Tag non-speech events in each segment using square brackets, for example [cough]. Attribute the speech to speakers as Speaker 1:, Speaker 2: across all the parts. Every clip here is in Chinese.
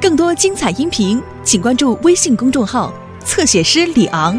Speaker 1: 更多精彩音频，请关注微信公众号“侧写师李昂”。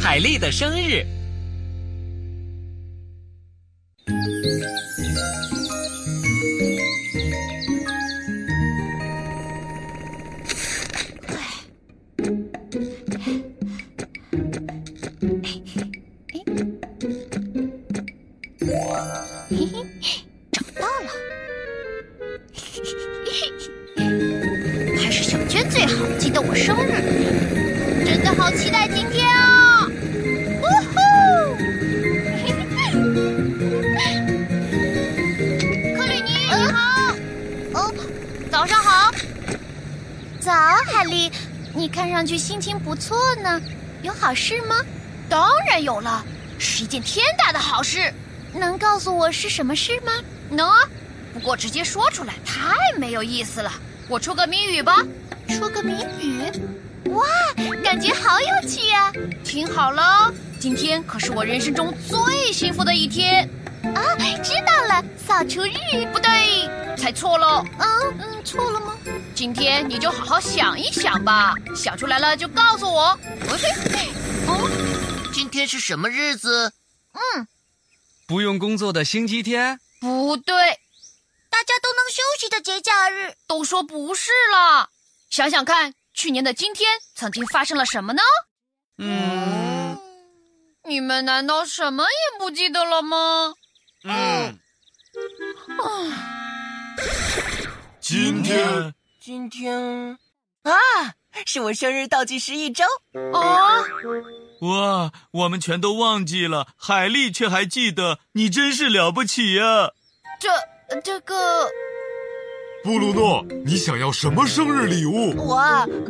Speaker 2: 海丽的生日，
Speaker 3: 嘿嘿，找到了， [laughs] 还是小娟最好，记得我生日，真的好期待今天哦！呜 [laughs] 呼！克里尼你好，哦，早上好。早，海丽，你看上去心情不错呢，有好事吗？当然有了，是一件天大的好事。能告诉我是什么事吗？能啊，不过直接说出来太没有意思了。我出个谜语吧。出个谜语？哇，感觉好有趣呀、听好了，今天可是我人生中最幸福的一天。啊，知道了，扫除日。不对，猜错了。嗯嗯，错了吗？今天你就好好想一想吧，想出来了就告诉我。嗯，
Speaker 4: 今天是什么日子？
Speaker 2: 不用工作的星期天，
Speaker 3: 不对，
Speaker 5: 大家都能休息的节假日，
Speaker 3: 都说不是了。想想看，去年的今天曾经发生了什么呢？
Speaker 2: 嗯
Speaker 3: 你们难道什么也不记得了吗？
Speaker 2: 嗯，
Speaker 6: 今天
Speaker 4: 今天啊，是我生日倒计时一周。
Speaker 3: 啊，
Speaker 6: 哇，我们全都忘记了，海丽却还记得，你真是了不起呀、
Speaker 3: 这这个
Speaker 7: 布鲁诺，你想要什么生日礼物？
Speaker 4: 我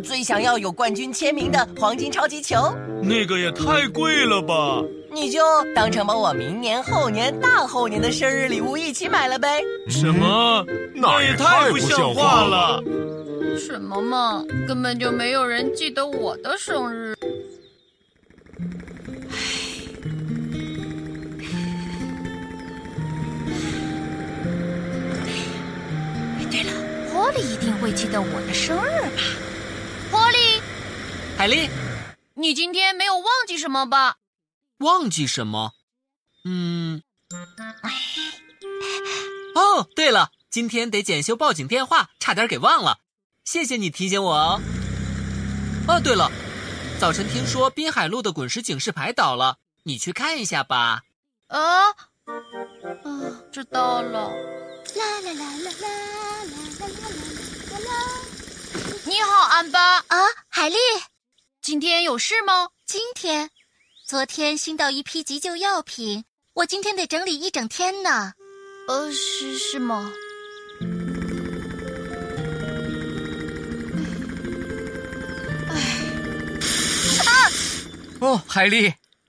Speaker 4: 最想要有冠军签名的黄金超级球，
Speaker 6: 那个也太贵了吧！
Speaker 7: 嗯
Speaker 4: 你就当成把我明年、后年、大后年的生日礼物一起买了呗。
Speaker 6: 什么？
Speaker 7: 那
Speaker 6: 也
Speaker 7: 也
Speaker 6: 太
Speaker 7: 太
Speaker 6: 不
Speaker 7: 不
Speaker 6: 像
Speaker 7: 像
Speaker 6: 话
Speaker 7: 话
Speaker 6: 了
Speaker 7: 了！
Speaker 3: 什么嘛，根本就没有人记得我的生日。对了，波利一定会记得我的生日吧？波利，
Speaker 2: 海丽
Speaker 3: 你今天没有忘记什么吧？
Speaker 2: 忘记什么？嗯，哦，对了，今天得检修报警电话，差点给忘了，谢谢你提醒我哦。哦，对了，早晨听说滨海路的滚石警示牌倒了，你去看一下吧。
Speaker 3: 啊，啊，知道了。
Speaker 5: 啦啦啦啦啦啦啦啦啦啦！
Speaker 3: 你好，安巴，
Speaker 5: 啊，海丽，
Speaker 3: 今天有事吗？
Speaker 5: 今天，昨天新到一批急救药品，我今天得整理一整天呢。
Speaker 3: 呃，是是吗？ [laughs]
Speaker 8: 哦，海丽，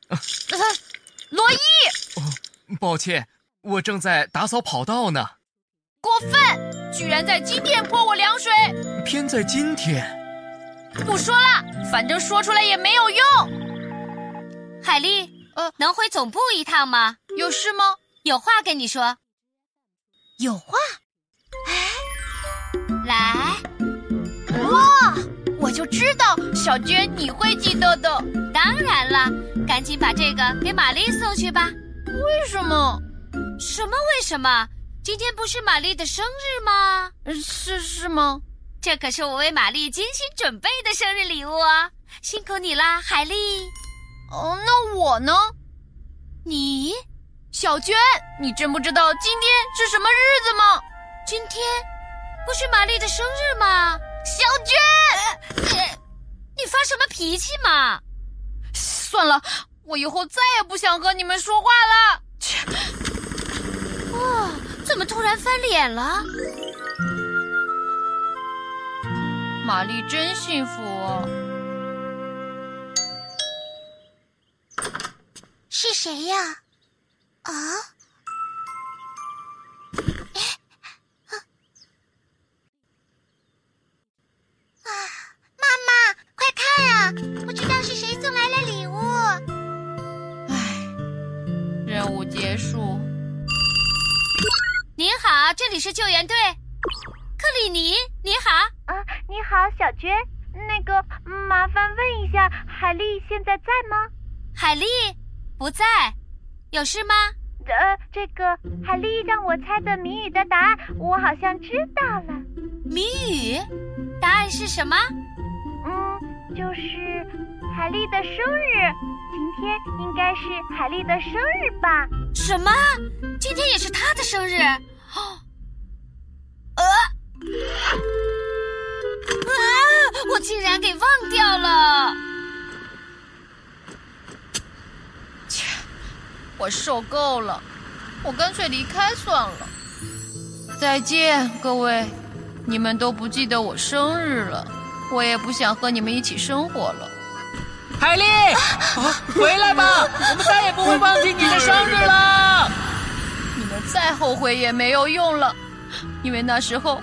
Speaker 3: 呃罗伊，
Speaker 8: 抱歉，我正在打扫跑道呢。
Speaker 3: 过分，居然在今天泼我凉水！
Speaker 8: 偏在今天，
Speaker 3: 不说了，反正说出来也没有用。
Speaker 5: 海丽，
Speaker 3: 呃，
Speaker 5: 能回总部一趟吗？
Speaker 3: 有事吗？
Speaker 5: 有话跟你说。
Speaker 3: 有话，
Speaker 5: 哎来，
Speaker 3: 我就知道小娟你会记得的。
Speaker 5: 当然了，赶紧把这个给玛丽送去吧。
Speaker 3: 为什么？
Speaker 5: 什么？为什么？今天不是玛丽的生日吗？
Speaker 3: 呃是是吗？
Speaker 5: 这可是我为玛丽精心准备的生日礼物啊！辛苦你啦，海丽。
Speaker 3: 哦、那我呢？
Speaker 5: 你
Speaker 3: 小娟，你真不知道今天是什么日子吗？
Speaker 5: 今天不是玛丽的生日吗？
Speaker 3: 小娟。
Speaker 5: 你发什么脾气嘛？
Speaker 3: 算了，我以后再也不想和你们说话了。切
Speaker 5: 哦，怎么突然翻脸了？
Speaker 3: 玛丽真幸福哦。
Speaker 5: 是谁呀？啊？啊！妈妈，快看啊！
Speaker 9: 不知道是谁送来了礼物。
Speaker 3: 任务结束。
Speaker 10: 您好，这里是救援队。克里尼，你好。
Speaker 11: 啊，你好，小娟。那个，麻烦问一下，海丽现在在吗？
Speaker 10: 海丽不在，有事吗？
Speaker 11: 呃，这个海丽让我猜的谜语的答案，我好像知道了。
Speaker 10: 谜语，答案是什么？
Speaker 11: 嗯，就是海丽的生日。今天应该是海丽的生日吧？
Speaker 10: 什么？今天也是她的生日？哦，呃，啊！我竟然给忘掉了！
Speaker 3: 切，我受够了，我干脆离开算了。再见，各位，你们都不记得我生日了，我也不想和你们一起生活了。
Speaker 2: 海丽，
Speaker 8: 啊
Speaker 2: 回来吧，我们再也不会忘记你的生日了。
Speaker 3: 你们再后悔也没有用了，因为那时候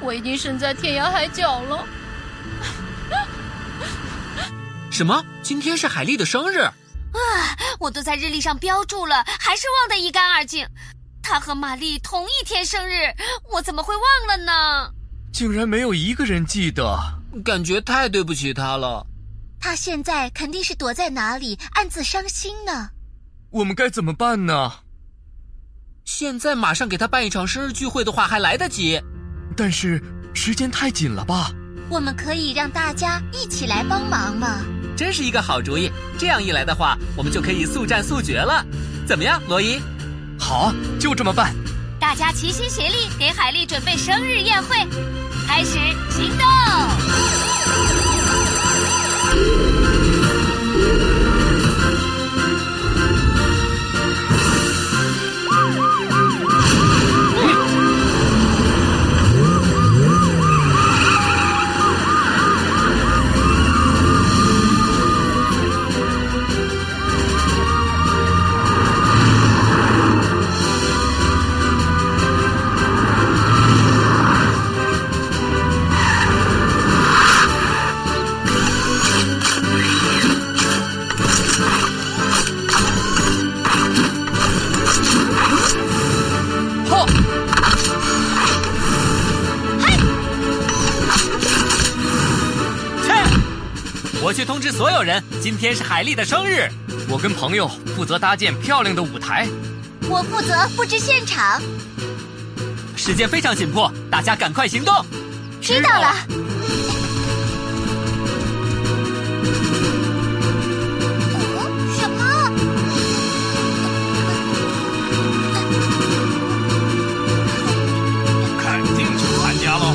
Speaker 3: 我已经身在天涯海角了。
Speaker 2: 什么？今天是海丽的生日？
Speaker 10: 啊，我都在日历上标注了，还是忘得一干二净。她和玛丽同一天生日，我怎么会忘了呢？
Speaker 12: 竟然没有一个人记得。
Speaker 2: 感觉太对不起她了。
Speaker 9: 他现在肯定是躲在哪里，暗自伤心呢。
Speaker 12: 我们该怎么办呢？
Speaker 2: 现在马上给他办一场生日聚会的话，还来得及。
Speaker 12: 但是时间太紧了吧？
Speaker 9: 我们可以让大家一起来帮忙嘛。
Speaker 2: 真是一个好主意。这样一来的话，我们就可以速战速决了。怎么样，罗伊？
Speaker 12: 好，就这么办。
Speaker 10: 大家齐心协力，给海丽准备生日宴会。开始行动。
Speaker 2: 我去通知所有人，今天是海丽的生日。
Speaker 12: 我跟朋友负责搭建漂亮的舞台，
Speaker 9: 我负责布置现场。
Speaker 2: 时间非常紧迫，大家赶快行动。
Speaker 9: 知道了。
Speaker 11: 哦
Speaker 10: 什么？
Speaker 7: 肯定去参加喽！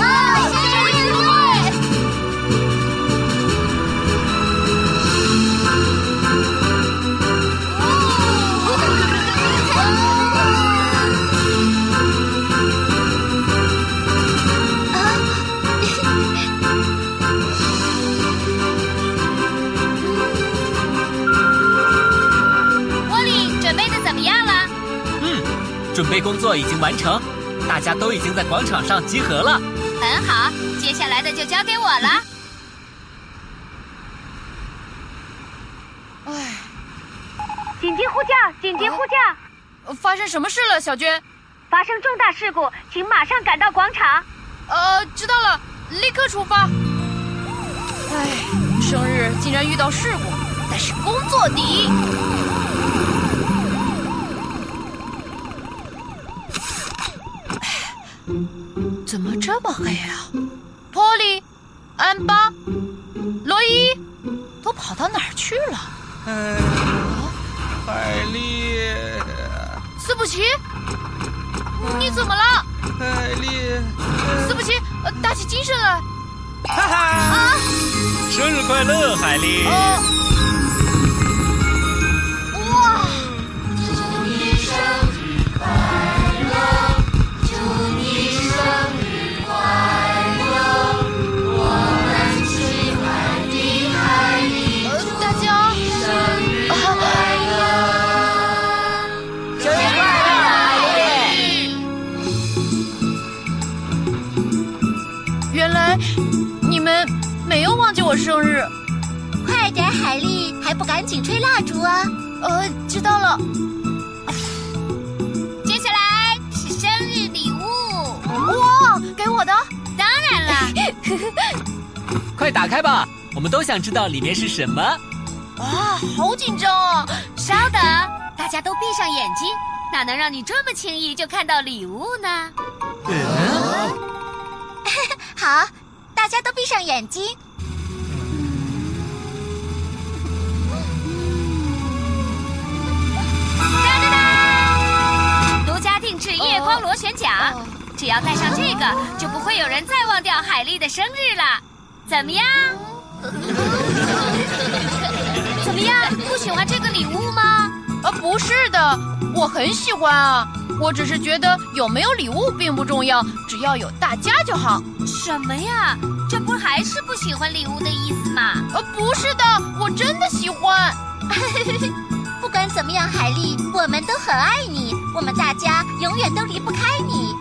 Speaker 10: 啊，生日乐！波利准备的怎么样了？
Speaker 2: 嗯，准备工作已经完成，大家都已经在广场上集合了。
Speaker 10: 很好，接下来的就交给我了。
Speaker 3: 唉，
Speaker 11: 紧急呼叫！紧急呼叫！
Speaker 3: 呃发生什么事了，小娟？
Speaker 11: 发生重大事故，请马上赶到广场。
Speaker 3: 呃，知道了，立刻出发。唉，生日竟然遇到事故，但是工作第一。怎么这么黑啊？波利、安巴、罗伊都跑到哪儿去了？
Speaker 7: 哎，海丽，
Speaker 3: 斯普奇，你怎么了？
Speaker 7: 海丽，
Speaker 3: 斯普奇，呃打起精神来！
Speaker 7: 哈哈，生日快乐，海丽！
Speaker 2: 哦
Speaker 10: 哇！
Speaker 3: 呃，大家原来你们没有忘记我生日，
Speaker 13: 给海丽，还不赶紧吹蜡烛啊？
Speaker 3: 哦
Speaker 14: 呃，知道了。
Speaker 11: 接下来是生日礼物。
Speaker 14: 哇，给我的？
Speaker 11: 当然
Speaker 3: [laughs]
Speaker 11: 了。
Speaker 2: 快打开吧，我们都想知道里面是什么。
Speaker 14: 啊，好紧张
Speaker 3: 哦
Speaker 14: 啊！
Speaker 11: 稍等，大家都闭上眼睛，哪能让你这么轻易就看到礼物呢？啊、
Speaker 13: 好，大家都闭上眼睛。
Speaker 11: 哒哒哒！独家定制夜光螺旋桨，哦、只要带上这个，就不会有人再忘掉海丽的生日了。怎么样？ [laughs] 怎么样？不喜欢这个礼物吗？
Speaker 3: 啊，不是的，我很喜欢啊。我只是觉得有没有礼物并不重要，只要有大家就好。
Speaker 11: 什么呀？这不还是不喜欢礼物的意思吗？
Speaker 3: 啊，不是的，我真的喜欢。
Speaker 13: 不管怎么样，海丽，我们都很爱你，我们大家永远都离不开你。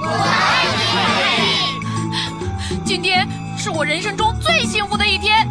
Speaker 11: 我爱你，海丽。
Speaker 3: 今天。是我人生中最幸福的一天。